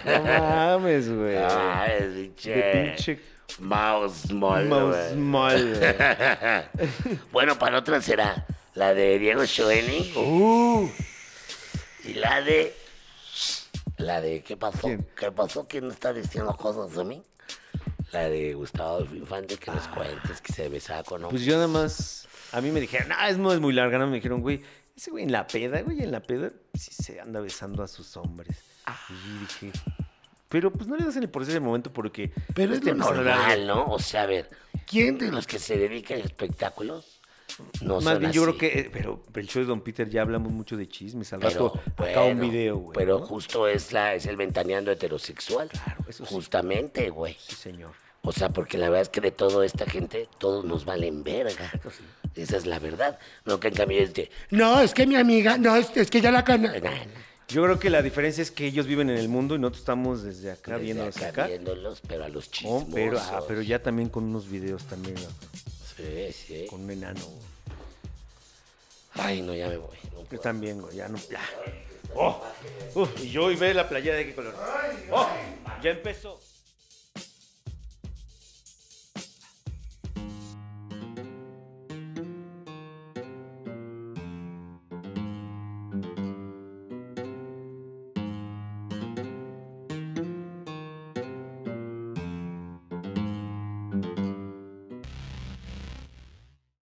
S2: No mames, güey.
S1: Ay, pinche.
S2: De pinche
S1: Mouse Mall,
S2: mouse
S1: güey.
S2: mall, güey.
S1: Bueno, para otra será la de Diego Schoening
S2: Uh,
S1: y la de. La de ¿Qué pasó?
S2: ¿Quién?
S1: ¿Qué pasó? ¿Quién está diciendo cosas de mí? La de Gustavo Infante, que nos cuentes que se besaba con
S2: Ah. Pues
S1: hombres.
S2: yo nada más. A mí me dijeron, no, es muy, es muy larga. No me dijeron, güey, ese güey en la peda, güey, en la peda, sí se anda besando a sus hombres.
S1: Ah.
S2: Y dije. Pero pues no le das el proceso de momento porque.
S1: Pero es
S2: este
S1: lo
S2: episodio largo-
S1: normal, ¿no? O sea, a ver, ¿quién de los que se dedican a espectáculos no
S2: Más
S1: son
S2: bien, yo
S1: así?
S2: creo que. eh, Pero el show de Don Peter ya hablamos mucho de chismes. Al
S1: Pero,
S2: rato acá un
S1: bueno,
S2: video, güey.
S1: Pero
S2: ¿no?
S1: justo es, la, es el ventaneando heterosexual.
S2: Claro, eso sí.
S1: Justamente, güey.
S2: Sí, señor.
S1: O sea, porque la verdad es que de toda esta gente, todos nos valen verga. Esa es la verdad. No que en cambio es de, no, es que mi amiga, no, es, es que ya la cana. Nah, nah.
S2: Yo creo que la diferencia es que ellos viven en el mundo y nosotros estamos desde acá
S1: Desde
S2: viéndolos
S1: acá
S2: acá.
S1: viéndolos, pero a los chismosos.
S2: Oh, pero, ah, pero ya también con unos videos también, ¿no?
S1: Sí, sí.
S2: con un enano. güey.
S1: Ay, no, ya me voy. no
S2: Yo pues.
S1: puedo.
S2: también, güey, ya no, ya. Oh, uf, y yo y ve la playa de qué color. Oh, ya empezó.